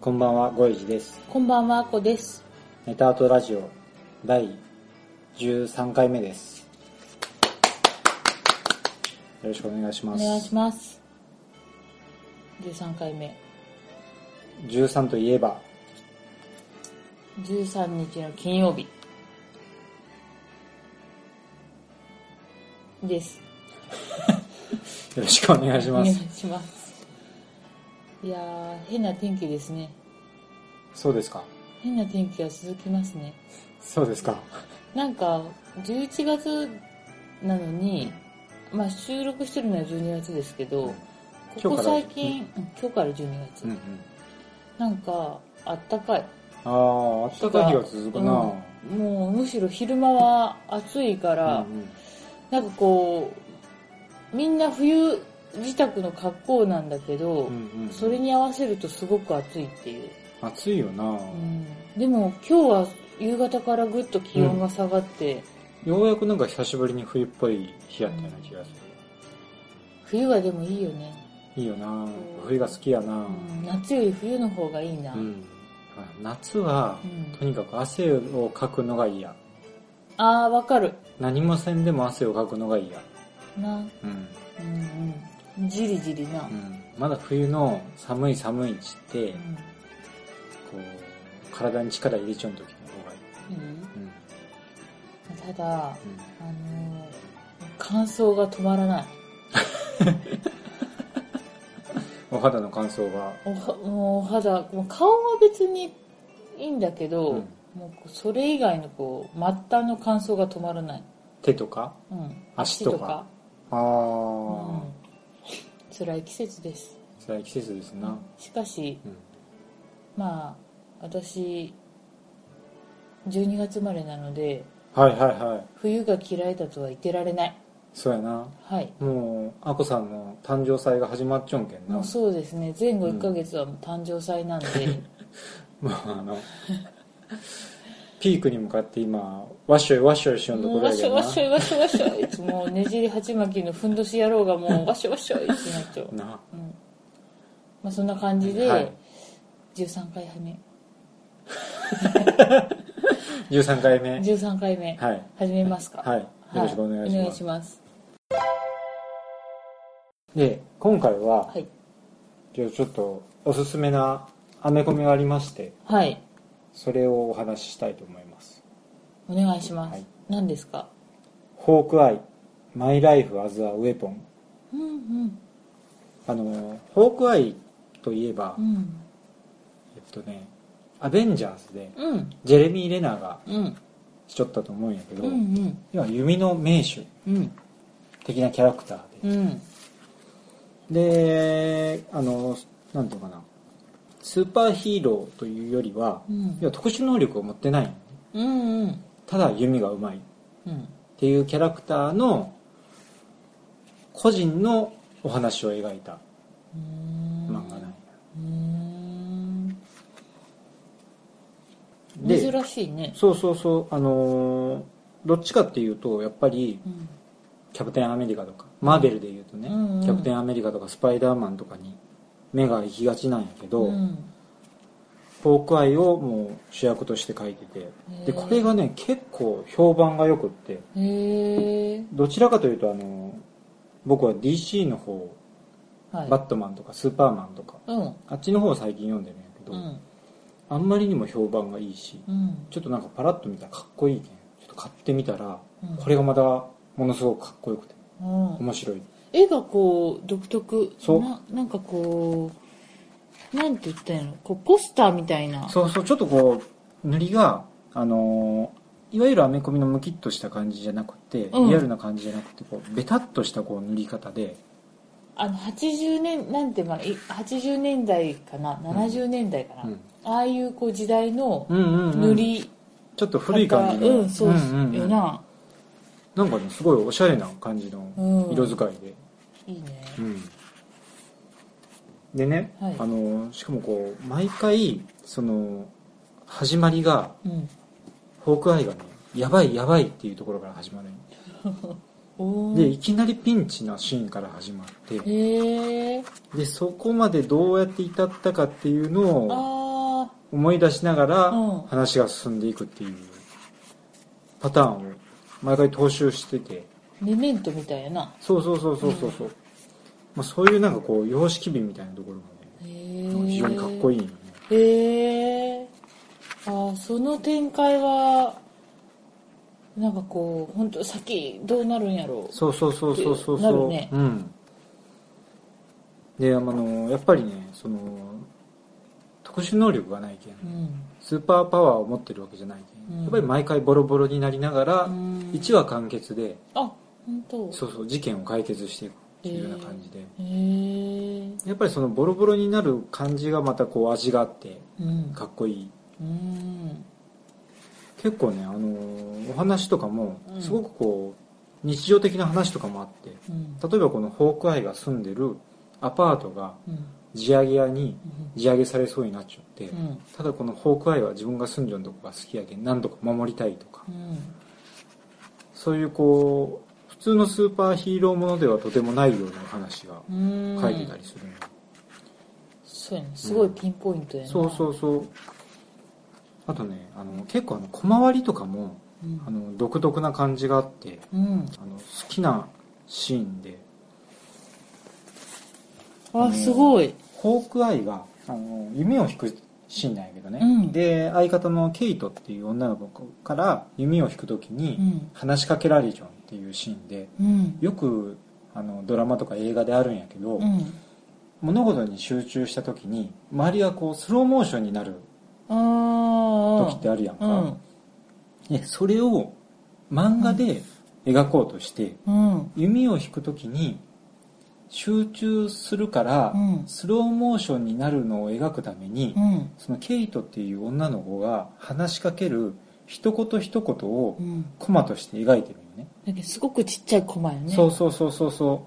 こんばんは、ごえじです。こんばんはあこですネタアートラジオ第13回目です。よろしくお願いしおます。願いします13回目13といえば、 13日の金曜日ですよろしくお願いしおま願いす。しますいやー変な天気ですねそうですか変な天気が続きますねそうですかなんか11月なのにまあ収録してるのは12月ですけどこ今日こから最近うん今日から12月、うんうん。なんかあったかいああ、あったかい日が続くな、うんもうむしろ昼間は暑いから、うんうんなんかこうみんな冬自宅の格好なんだけど、うんうんそれに合わせるとすごく暑いっていう、暑いよな、うんでも今日は夕方からぐっと気温が下がって、ようやくなんか久しぶりに冬っぽい日やったような気がする。冬はでもいいよね、いいよな冬が好きやな、うん夏より冬の方がいいな、うん、夏は、うんとにかく汗をかくのが嫌ああわかる何もせんでも汗をかくのが嫌なうん、うんうんじりじりな、うん、まだ冬の寒い寒いっつってこう体に力入れちゃう時の方がいい、うんいいうんただあのー乾燥が止まらないうん、お肌の乾燥がおはもうお肌もう顔は別にいいんだけど、うんもうこうそれ以外のこう末端の乾燥が止まらない、手とかうん、足とかああ、うん、辛い季節です辛い季節ですな、しかしうんまあ私12月生まれなのではいはいはい冬が嫌いだとは言ってられないそうやなはいもうあこさんの誕生祭が始まっちょんけんなもうそうですね前後1ヶ月はもう誕生祭なんで、もう あのピークに向かって今わっしょいわっしょいしよんともこうろわやっしけょいどわっ なしょいわっしょいわっしょいいつもねじり鉢巻きのふんどし野郎がもうわっしょいわっしょいってなっちゃう、なうんまあ、そんな感じで、はい13回目13回目13回目、はい始めますかはいよろしくお願はおいしま願いすしますで今回は、はい今日ちょっとおすすめなアメコミがありましてはいそれをお話ししたいと思いますお願いします、はい何ですか「ホークアイマイライフ・アズ・ア・ウェポンうんうん」あのホークアイといえば、うんえっとねアベンジャーズでうんジェレミー・レナーがうんしちょったと思うんやけど、うんうん要は弓の名手うん的なキャラクターで、うんであのなんていうのかなスーパーヒーローというよりは、うん要は特殊能力を持ってないうんうんただ弓がうまいっうんていうキャラクターの個人のお話を描いた漫画なんや、うーんで珍しいねそうそうそうあのーどっちかっていうとやっぱりうんキャプテンアメリカとかマーベルでいうとね、うんうんキャプテンアメリカとかスパイダーマンとかに目が行きがちなんやけど、うんフォークアイをもう主役として書いててへーでこれがね結構評判がよくってへえ、どちらかというとあの僕は DC の方、はい、バットマンとかスーパーマンとかうんあっちの方を最近読んでるんやうけど、んあんまりにも評判がいいしうんちょっとなんかパラッと見たらかっこいいけんちょっと買ってみたら、うんこれがまたものすごくかっこよくてうん面白い絵がこう独特そうななんかこうなんて言ったんやろこうポスターみたいなそうそうちょっとこう塗りがあのーいわゆるアメコミのムキッとした感じじゃなくて、うんリアルな感じじゃなくてこうベタっとしたこう塗り方であの80年なんてまあい80年代かな70年代かな、うんああいうこう時代のうんうんうん塗りちょっと方、古い感じの、うんそうよんうんうんなんな、かねすごいおしゃれな感じの色使いで、いいねうんでね、はいあのしかもこう毎回その始まりがうんフォークアイがねやばいやばいっていうところから始まるおでーいきなりピンチなシーンから始まってへえでそこまでどうやって至ったかっていうのをあ思い出しながらうん話が進んでいくっていうパターンを毎回踏襲しててあメメントみたいやなそうそうそうそうそうそう、まあ、そういうなんかこう様式美みたいなところもへねえ非常にかっこいいいよねへえあーその展開はなんかこう本当先どうなるんやろそうそうそうそうそうなそるう、ねうんであのやっぱりねその特殊能力がないけん、ううんスーパーパワーを持ってるわけじゃないけん、うんやっぱり毎回ボロボロになりながら、うん1話完結であ本当そうそう事件を解決していくっていうような感じで、へえやっぱりそのボロボロになる感じがまたこう味があってうんかっこいいうん結構ね、あのーお話とかもうんすごくこう、日常的な話とかもあってうん例えばこのホークアイが住んでるアパートがうん地上げ屋に地上げされそうになっちゃって、うんただこのホークアイは自分が住んじゃうとこが好きやけん何とか守りたいとかうんそういうこう普通のスーパーヒーローものではとてもないような話がうん書いてたりするの、そうやねすごいピンポイントやなそうそうそうあとねあの結構あの小回りとかもうんあの独特な感じがあってうんあの好きなシーンであすごいホークアイがあの弓を引くシーンなんやけどね、うんで相方のケイトっていう女の子から弓を引く時うにん話しかけられちゃうっていうシーンでうんよくあのドラマとか映画であるんやけど、うん物事に集中した時に周りがこうスローモーションになるああ時ってあるやんか、うんでそれを漫画で描こうとして、うん弓を引く時に集中するから、うんスローモーションになるのを描くために、うんそのケイトっていう女の子が話しかける一言一言をうんコマとして描いてるよねだけどすごくちっちゃいコマよねそうそうそうそうそ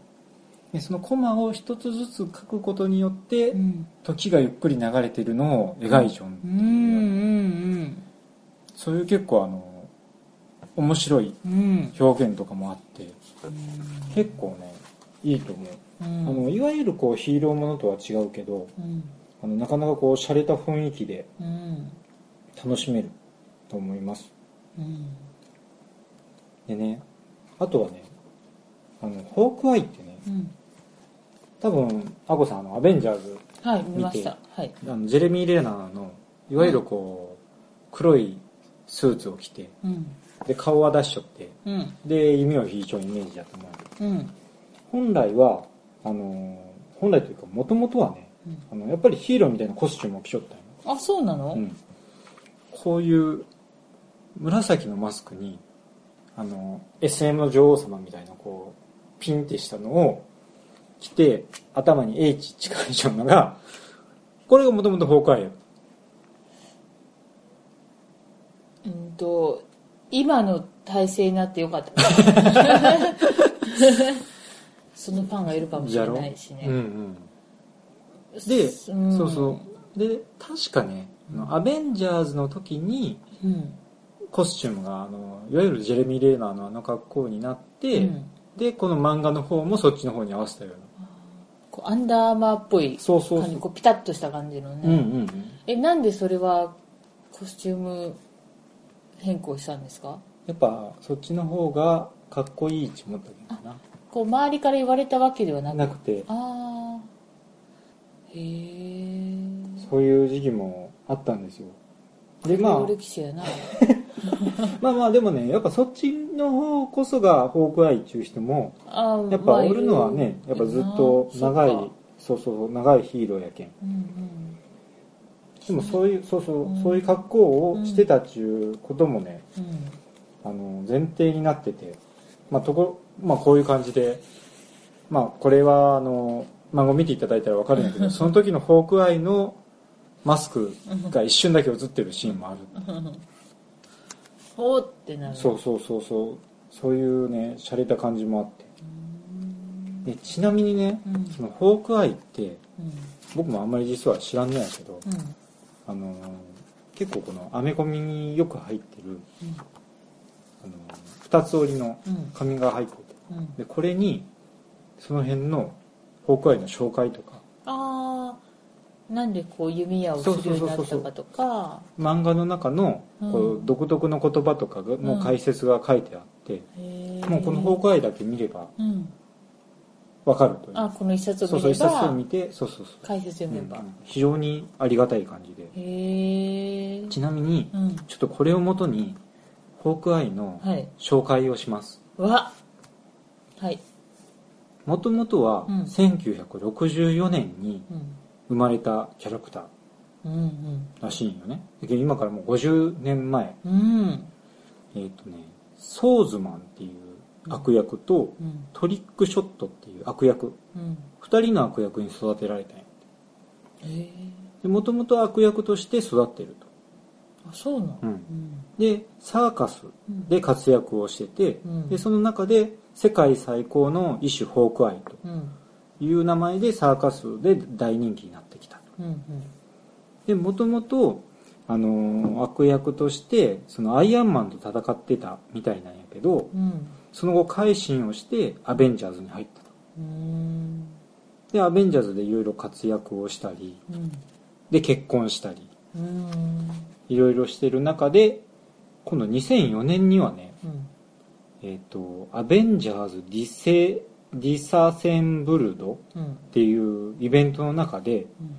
うでそのコマを一つずつ書くことによって、うん時がゆっくり流れてるのを描いちゃうってういんう、うんそういう結構あの面白いうんうん表現とかもあって結構ねいいと思う、うんあのいわゆるこうヒーローものとは違うけどうんあのなかなかこう洒落た雰囲気でうん楽しめると思いますうんでねあとはねあのホークアイってねうん多分アコさんあのアベンジャーズはい見ましたはいあのジェレミー・レナーのいわゆるこう黒いスーツを着てうんで顔は出しちょってうんで弓を引いちゃうイメージだと思ううん本来はあのー本来というかもともとはねうんあのやっぱりヒーローみたいなコスチュームを着ちょったんよ、あそうなのうん、こういう紫のマスクにあの SM の女王様みたいなこうピンってしたのを着て頭に H 近いちゃうのがこれがもともと崩壊やうんと今の体勢になってよかった そのファンがいるかもしれないしねうんうんで、んそうそうで確かねあのアベンジャーズの時にうんコスチュームがあのいわゆるジェレミー・レーナーのあの格好になって、うんでこの漫画の方もそっちの方に合わせたようなこうアンダーアーマーっぽいそうそう感そじうこうピタッとした感じのね、うんうんうんえなんでそれはコスチューム変更したんですかやっぱそっちの方がかっこいいと思ったけどなこう周りから言われたわけではなくなくてああへえそういう時期もあったんですよでまあ黒歴史やなまあまあでもねやっぱそっちの方こそがホークアイっちゅう人もあーやっぱまあおるのはねやっぱずっといるよな長いそっかそうそう長いヒーローやけんうんうんでもそういうそうそう、うんそういう格好をしてたっちゅうこともねうんあの前提になってて、まあとこまあ、こういう感じでまあこれはあの孫見ていただいたら分かるんだけ どその時のホークアイのマスクが一瞬だけ映ってるシーンもあるほうってなるそうそうそうそうそういうね洒落た感じもあってでちなみにね、うんそのホークアイってうん僕もあんまり実は知らんのやけど、うんあのー結構このアメコミによく入ってる、あのー二つ折りのうん紙が入っててうんでこれにその辺のホークアイの紹介とかああなんでこう弓矢をするようになったかとか漫画の中のうんこう独特の言葉とかがの解説が書いてあって、へもうこのホー方クアイだけ見ればうんわかるというあこの一冊そを見うそうれ一冊をば見てそうそうそう解説読めばうん非常にありがたい感じでへえちなみにうんちょっとこれをもとにホークアイのはい紹介をしますわはいもともとはうん1964年にうん生まれたキャラクターうんらしいんよねだけど今からもう50年前うんうんえっ、とねソーズマンっていう悪役とうんトリックショットっていう悪役うん2人の悪役に育てられたんやへえもともと悪役として育ってるとあそうなのうんんでサーカスうんで活躍をしてて、うんでその中で世界最高の一種ホークアイとうんいう名前でサーカスで大人気になってきたとうんうんでもともと、あのー悪役としてそのアイアンマンと戦ってたみたいなんやけどうんその後改心をしてアベンジャーズに入ったとうーんでアベンジャーズでいろいろ活躍をしたりうんで結婚したりうーんいろいろしてる中で今度2004年にはねうんえっ、と、アベンジャーズディセ、ディサセンブルドうんっていうイベントの中で、うん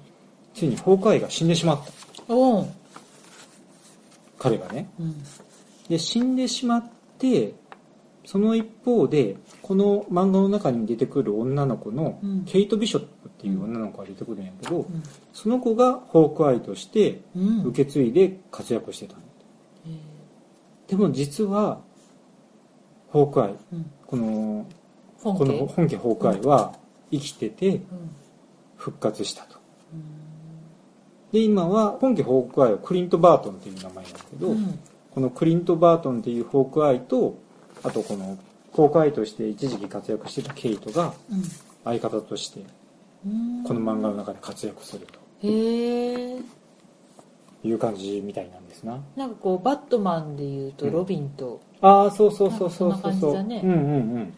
ついに崩壊が死んでしまった。おう彼がね。うんで、死んでしまって、その一方で、この漫画の中に出てくる女の子のうん、ケイト・ビショップっていう女の子が出てくるんやけど、うんその子がホークアイとしてうん受け継いで活躍してたのえーでも実は、ホークアイ、うんこの、本こ家の本家ホークアイは生きてて、うん復活したとうんで今は本家ホークアイはクリント・バートンっていう名前なんだけど、うんこのクリント・バートンっていうホークアイとあとこのホークアイとして一時期活躍してたケイトが相方としてうんこの漫画の中で活躍するへえという感じみたいなんですななんかこうバットマンでいうとロビンと、ああそうそうそうそうそうあそんそう、な感じだねうんうんうん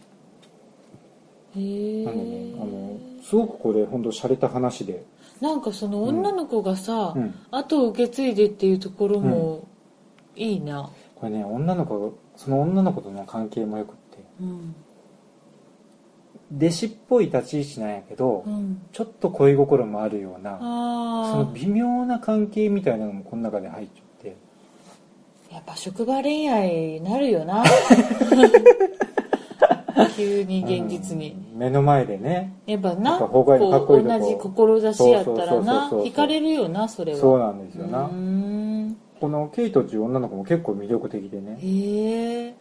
へえなのでねあのすごくこれ本当洒落た話で、なんかその女の子がさ、うん、後を受け継いでっていうところもいいな、これね女の子その女の子との関係もよくってうん弟子っぽい立ち位置なんやけど、うん、ちょっと恋心もあるような、そのあ微妙な関係みたいなのもこの中で入っちゃってあやっぱ職場恋愛なるよ な急に現実に、うん目の前でねやっぱやなっぱ崩壊のかっこいいとここう同じ志やったらなそうそうそうそうそう惹かれるよなそれはそううなんですよな、ーんこのケイトっていう女の子も結構魅力的でねへえ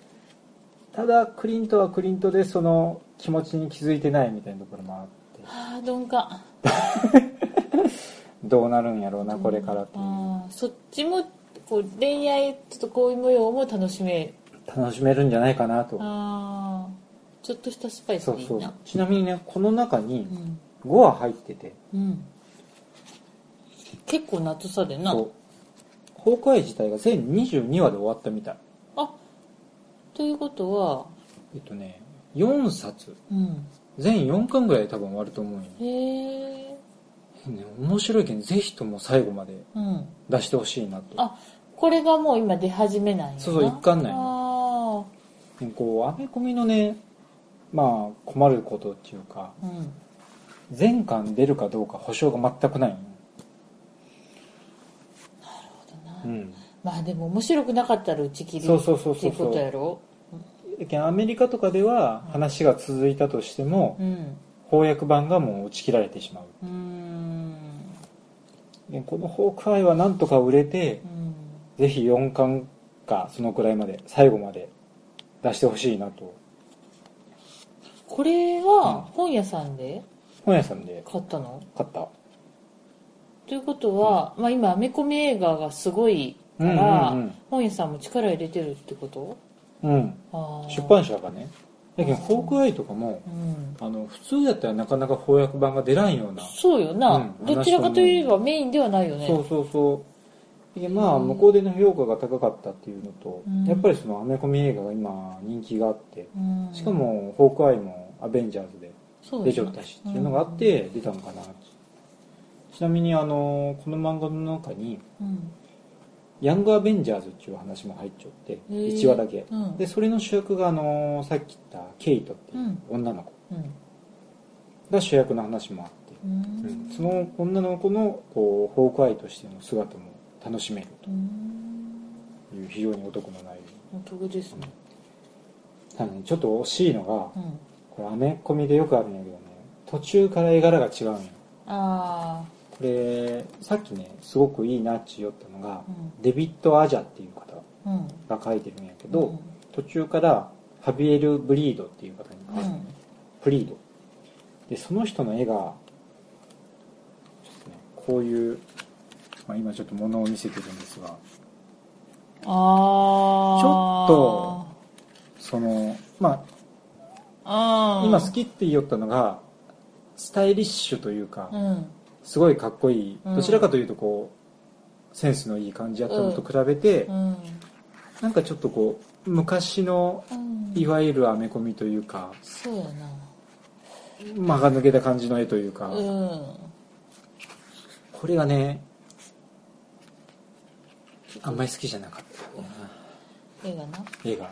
ただクリントはクリントでその気持ちに気づいてないみたいなところもあってああ鈍感どうなるんやろうなこれからっていうあーそっちもこう恋愛ちょっと恋模様も楽しめ楽しめるんじゃないかなとああちょっとしたスパイスそうでいいそうなちなみにねこの中にうん、 5話入っててうん、結構夏さでなそう崩壊自体が全22話で終わったみたいあということはえっとね4冊うん全4巻ぐらいで多分終わると思うんよへえね、面白いけんぜひとも最後までうん出してほしいなとあこれがもう今出始めないそうそう一貫なんやあでこうアメコミのねまあ困ることっていうかあうん全巻出るかどうか保証が全くないんようんまあでも面白くなかったら打ち切りそうそうそっうてそいううこそとやうろだけんアメリカとかでは話が続いたとしてもうん翻訳版がもう打ち切られてしまううーんでこの「ホークアイ」はなんとか売れてうんぜひ4巻かそのくらいまで最後まで出してほしいなとこれは本屋さんで本屋さんで買ったの買ったということは、まあ、今アメコミ映画がすごいから、うんうんうん本屋さんも力入れてるってことうんあー出版社がねだけどホークアイとかもうんあの普通だったらなかなか翻訳版が出らんようなそうよな、うんどちらかといえばメインではないよねそうそうそうでまあ向こうでの評価が高かったっていうのと、うんやっぱりそのアメコミ映画が今人気があってうんしかも「ホークアイ」も「アベンジャーズ」でそう出でちすゃねったしっていうのがあって出たのかなちなみにあのこの漫画の中にうん「ヤング・アベンジャーズ」っていう話も入っちゃってへー1話だけうんでそれの主役があのさっき言ったケイトっていう女の子うんが主役の話もあってううんんその女の子のこうホークアイとしての姿も楽しめるうんという非常に男の内容お得ですねただねちょっと惜しいのうがんこれアメコミでよくあるんやけどね途中から絵柄が違うんよあこれさっきねすごくいいなっち言おったのが、うんデビッド・アジャっていう方あうんが書いてるんやけど、うん途中からハビエル・ブリードっていう方に変わるのね、ブリードでその人の絵がちょっとねこういう、まあ、今ちょっと物を見せてるんですがああちょっとそのまああー今好きって言おったのがスタイリッシュというか、うんすごいかっこいいうんどちらかというとこうセンスのいい感じやったのと比べて、うんなんかちょっとこう昔のうんいわゆるアメコミというかそうやな間が抜けた感じの絵というか、うんこれがねあんまり好きじゃなかったな映画な映画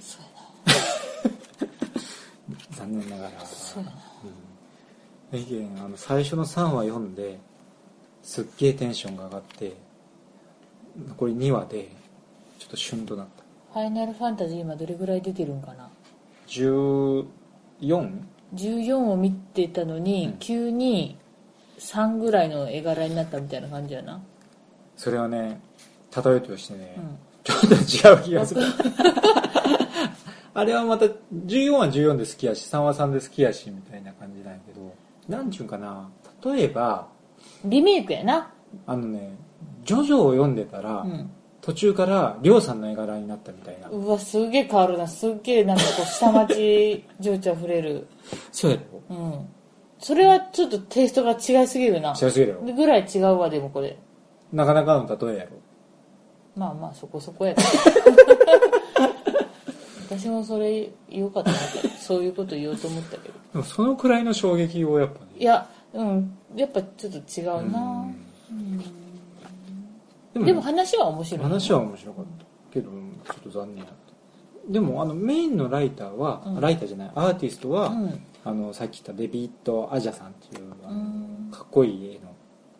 そうやな 残念ながらそうやなうん、でねあの最初の3話読んですっげえテンションが上がって残り2話でちょっとシュンとなったファイナルファンタジー今どれぐらい出てるんかな 14? 14を見てたのに、うん急に3ぐらいの絵柄になったみたいな感じやな、それはね例えとしてね、うんちょ っと違う気がするあれはまた14は14で好きやし3は3で好きやしみたいな感じなんやけどなんちゅうんかな例えばリメイクやなあのね「ジョジョ」を読んでたら、うん途中からりょうさんの絵柄になったみたいな、うわすげえ変わるなすっげえなんかこう下町情緒あふれるそうやろうんそれはちょっとテイストが違いすぎるな違いすぎるやろぐらい違うわでもこれなかなかの例えやろまあまあそこそこやな 私もそれ言おうかと思ったそういうこと言おうと思ったけどでもそのくらいの衝撃をやっぱねいやうんやっぱちょっと違うなででも話は面白い話は面白かったけどうんちょっと残念だったでもあのメインのライターは、うんライターじゃないアーティストは、うんあのさっき言ったデビッド・アジャさんっていうあのうんかっこいい絵の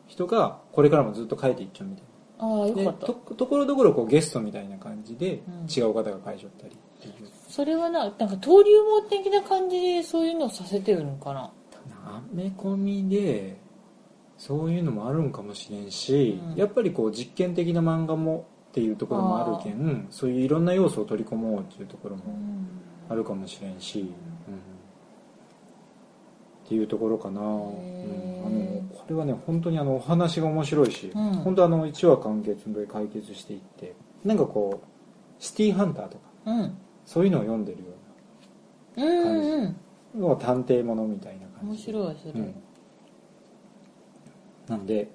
人がこれからもずっと描いていっちゃうみたいなああよでかったとところどころこうゲストみたいな感じでうん違う方が描いちゃったりっていう、それはななんか登竜門的な感じでそういうのをさせてるのかなアメコミでそういうのもあるんかもしれんし、うんやっぱりこう実験的な漫画もっていうところもあるけんそういういろんな要素を取り込もうっていうところうもんあるかもしれんし、うんっていうところかな、うん、あのこれはね本当にあのお話が面白いし、うん本当あの1話完結で解決していってなんかこうシティーハンターとかうんそういうのを読んでるようんうんうな要は探偵ものみたいな感面じで白いそれ、うん、なんで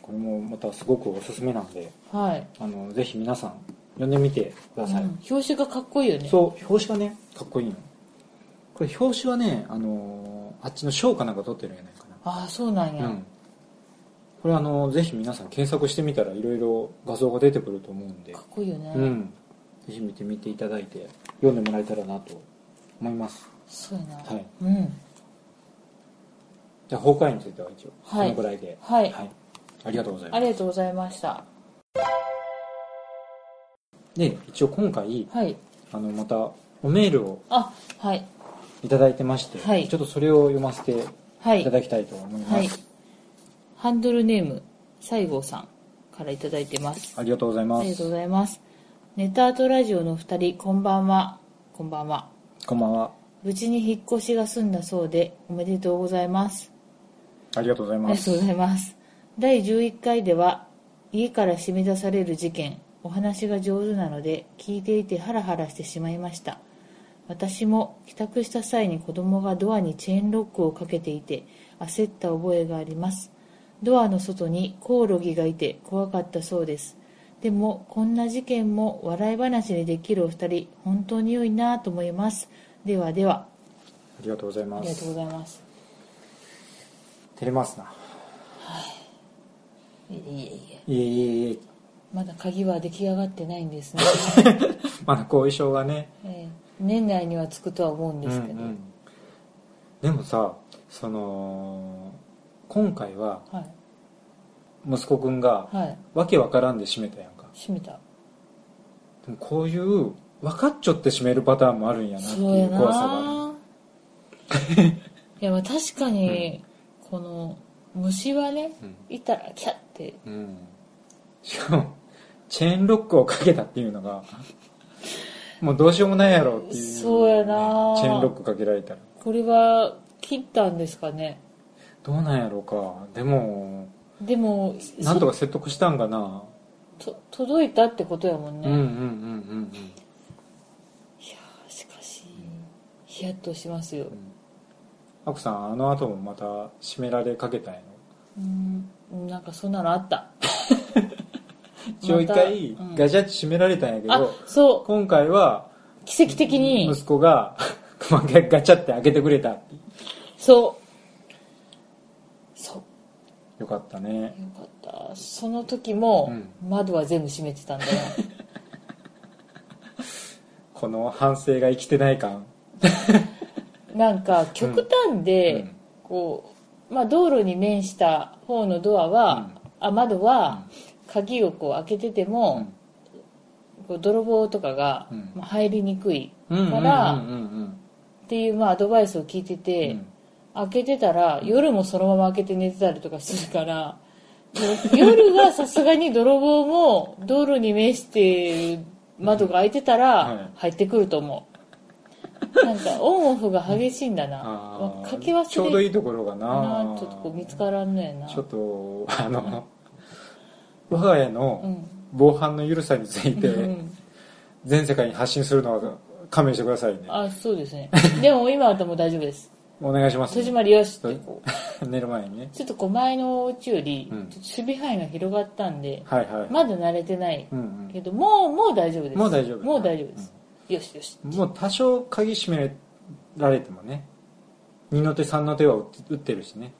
これもまたすごくおすすめなんではい、あのぜひ皆さん読んでみてください、うん表紙がかっこいいよねそう表紙がねかっこいいのこれ表紙はね、あのーあっちの賞かなんか取ってるんじゃないかああそうなんや、な、うん、これあのぜひ皆さん検索してみたらいろいろ画像が出てくると思うんでかっこいいよね、うんぜひ見てみていただいて読んでもらえたらなと思いますそうやな、はいうんじゃあ崩壊については一応こはいのぐらいでははいはい、ありがとうございますありがとうございましたで一応今回はいあのまたおメールをあはいいただいてまして、はいちょっとそれを読ませていはいただきたいと思います、はいハンドルネーム西郷さんからいただいてますありがとうございまありがすとうございます。ネタアートラジオのお二人、こんばんは。こんばんは。こんばんは。無事に引っ越しが済んだそうでおめでとうございますありがとうございあまりがとうす。ございます第11回では家から締め出される事件お話が上手なので聞いていてハラハラしてしまいました私も帰宅した際に子供がドアにチェーンロックをかけていて焦った覚えがありますドアの外にコオロギがいて怖かったそうですでもこんな事件も笑い話にできるお二人本当に良いなと思いますではではありがとうございあまりがとうごす。ざいます照れますな。いえいえいえいえいえいえ。まだ鍵は出来上がってないんですね、まだ後遺症がね。ええ年内にはつくとは思うんですけど、うんうんでもさ、その、今回ははい息子くんがはいわけわからんで閉めたやんか。閉めたでもこういう分かっちゃって閉めるパターンもあるんやなってそういやう怖さがある。な いやまあ確かに、この虫はね、うんいたらキャッてうん。しかも、チェーンロックをかけたっていうのが、もうどうしようもないやろっていう、そうやなチェーンロックかけられたら。これは切ったんですかねどうなんやろうか。でも、でもなんとか説得したんかな。そと届いたってことやもんね、うんうんうんいうんやーしかしヒヤッとしますようんう、ん。アクさん、あの後もまた閉められかけたんやろ。うん、なんかそんなのあった 一応一回またうん、ガチャッと閉められたんやけあど、そ今回は、う奇跡的に息子が、 まあガチャって開けてくれた。そうそうよかったね。よかったその時もう窓は全部閉めてたんだよ、 この反省が生きてない感。なんか極端で、うんうんこう、まあ、道路に面した方のドアは、あ窓は鍵をこう開けてても、こう泥棒とかがうんまあ入りにくいうんうんうんうんうんからっていうまあアドバイスを聞いてて、うん開けてたら夜もそのまま開けて寝てたりとかするから夜はさすがに泥棒も道路に面してる窓が開いてたはいら入ってくると思う、なんかオンオフが激しいんだな、あまあーかけ忘れちょうどいいところがかななちょっとこう見つからんのやなちょっとあの我が家うのん防犯の緩さについうてん、全世界に発信するのは勘弁してくださいねあそうですねでも今はもう大丈夫ですお願いします戸ね、締まりよしってこう 寝る前にねちょっとこう前のお家よりちうょっんと守備範囲が広がったんで、はいはい、まだ慣れてないうんうんけどもうもう大丈夫ですもう大丈夫もう大丈夫です、よしよしもう多少鍵閉められてもね二の手三の手は打って打ってるしね、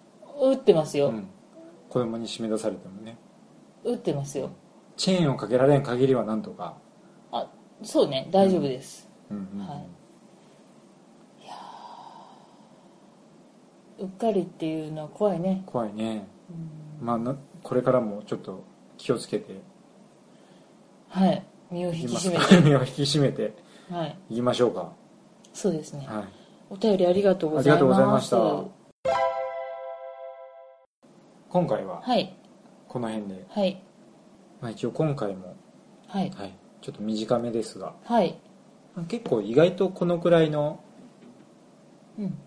打ってますうよ、ん、子供に締め出されてもね打ってますよチェーンをかけられん限りはなんとか、あそうね大丈夫です、うんうんうんはいうっかりっていうのは怖いね、怖いねうんまあなこれからもちょっと気をつけてはい身をい引ききます締かめ身 を引き締めてて はいいきましょうか、そうですね、はい、お便りありがとうあごりざがいとうございまますした今回ははいこの辺で、はいまあ、一応今回も、はいはい、ちょっと短めですがはい結構意外とこのくらいのうん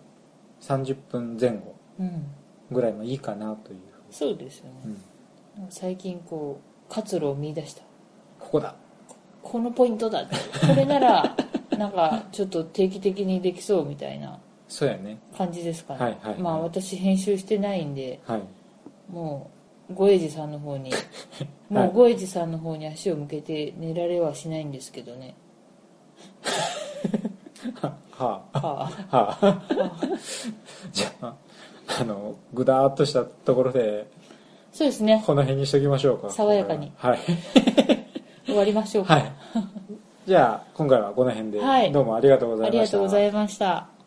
30分前後うんぐらいもいいかなという、そうですようね、ん、最近こう活路を見出したここだこのポイントだってこれならなんかちょっと定期的にできそうみたいなそうやね感じですかね、はいはいはいまあ私編集してないんではいもうごえじさんの方にもうごえじさんの方に足を向けて寝られはしないんですけどねはあはあはあじゃああのぐだーっとしたところでそうですねこの辺にしときましょうか爽やかにはい終わりましょうか、はい。じゃあ、今回はこの辺で、はいどうもありがとうござあいりまがした。とうございました